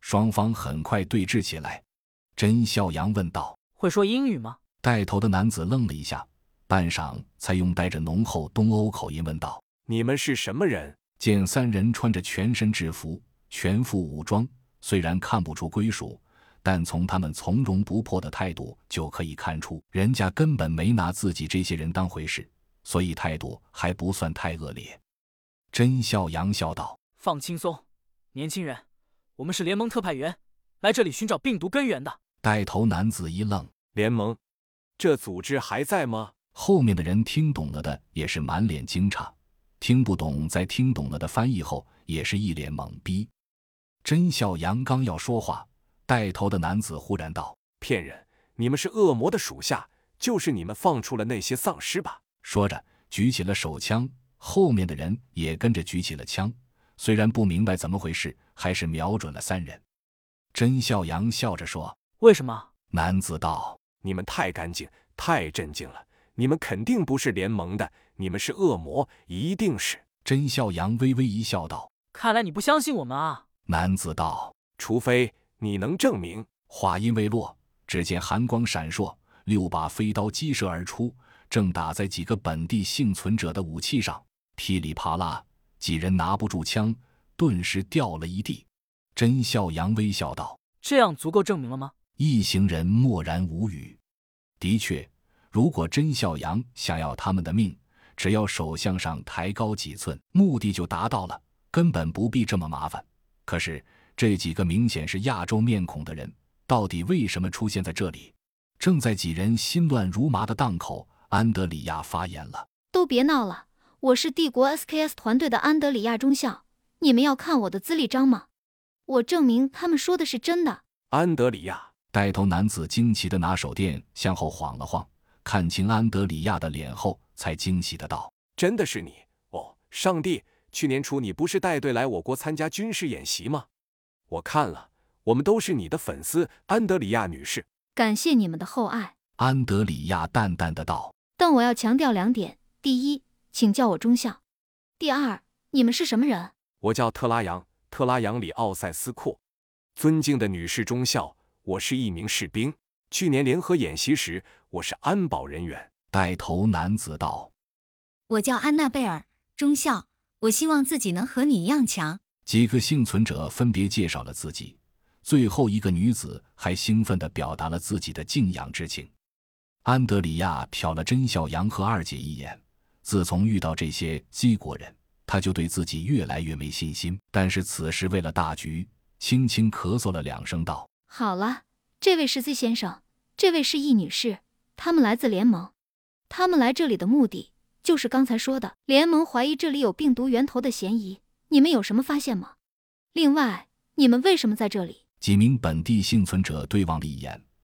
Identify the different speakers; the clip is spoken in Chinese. Speaker 1: 双方很快对峙起来。甄笑阳问道
Speaker 2: 会说英语吗？：“
Speaker 1: 带头的男子愣了一下，半晌才用带着浓厚东欧口音问道。
Speaker 3: 你们是什么人？
Speaker 1: 见三人穿着全身制服，全副武装，虽然看不出归属，但从他们从容不迫的态度就可以看出，人家根本没拿自己这些人当回事，所以态度还不算太恶劣。甄笑阳笑道
Speaker 2: 放轻松，年轻人，我们是联盟特派员，来这里寻找病毒根源的。：“
Speaker 1: 带头男子一愣，
Speaker 3: 联盟？这组织还在吗？
Speaker 1: 后面的人听懂了的也是满脸惊诧，听不懂在听懂了的翻译后也是一脸懵逼。”甄笑阳刚要说话，带头的男子忽然道。
Speaker 3: 骗人！你们是恶魔的属下，就是你们放出了那些丧尸吧？
Speaker 1: 说着举起了手枪，后面的人也跟着举起了枪。虽然不明白怎么回事，还是瞄准了三人。甄笑阳笑着说
Speaker 2: 为什么？：“
Speaker 1: 男子道，
Speaker 3: 你们太干净，太镇静了。你们肯定不是联盟的，你们是恶魔，一定是。
Speaker 1: 甄笑阳微微一笑道
Speaker 2: 看来你不相信我们啊！：‘
Speaker 1: 男子道。
Speaker 3: 除非你能证明。’”
Speaker 1: 话音未落，只见寒光闪烁，六把飞刀激射而出，正打在几个本地幸存者的武器上，噼里啪啦，几人拿不住枪，顿时掉了一地。甄笑阳微笑道。
Speaker 2: 这样足够证明了吗？
Speaker 1: 一行人默然无语。的确，如果甄笑阳想要他们的命，只要手向上抬高几寸，目的就达到了，根本不必这么麻烦。可是这几个明显是亚洲面孔的人，到底为什么出现在这里？正在几人心乱如麻的档口，安德里亚发言了。
Speaker 4: 都别闹了，我是帝国 SKS 团队的安德里亚中校，你们要看我的资历章吗？我证明他们说的是真的。
Speaker 3: 安德里亚，
Speaker 1: 带头男子惊奇的拿手电向后晃了晃，看清安德里亚的脸后，才惊喜的道。
Speaker 3: 真的是你！哦，上帝！去年初你不是带队来我国参加军事演习吗？我看了，我们都是你的粉丝，安德里亚女士。
Speaker 4: 感谢你们的厚爱，
Speaker 1: 安德里亚淡淡的道。
Speaker 4: 但我要强调两点：第一，请叫我中校；第二，你们是什么人？
Speaker 3: 我叫特拉扬，特拉扬里奥塞斯库。尊敬的女士中校，我是一名士兵。去年联合演习时，我是安保人员。
Speaker 1: 带头男子道。
Speaker 5: 我叫安娜贝尔中校，我希望自己能和你一样强。
Speaker 1: 几个幸存者分别介绍了自己，最后一个女子还兴奋地表达了自己的敬仰之情。安德里亚瞟了甄小阳和二姐一眼，自从遇到这些西国人，他就对自己越来越没信心。但是此时为了大局，轻轻咳嗽了两声，道
Speaker 4: 好了，这位是 Z 先生，这位是易女士，他们来自联盟，他们来这里的目的就是刚才说的，联盟怀疑这里有病毒源头的嫌疑。你们有什么发现吗？另外，你们为什么在这里？：“
Speaker 1: 几名本地幸存者对望了一眼，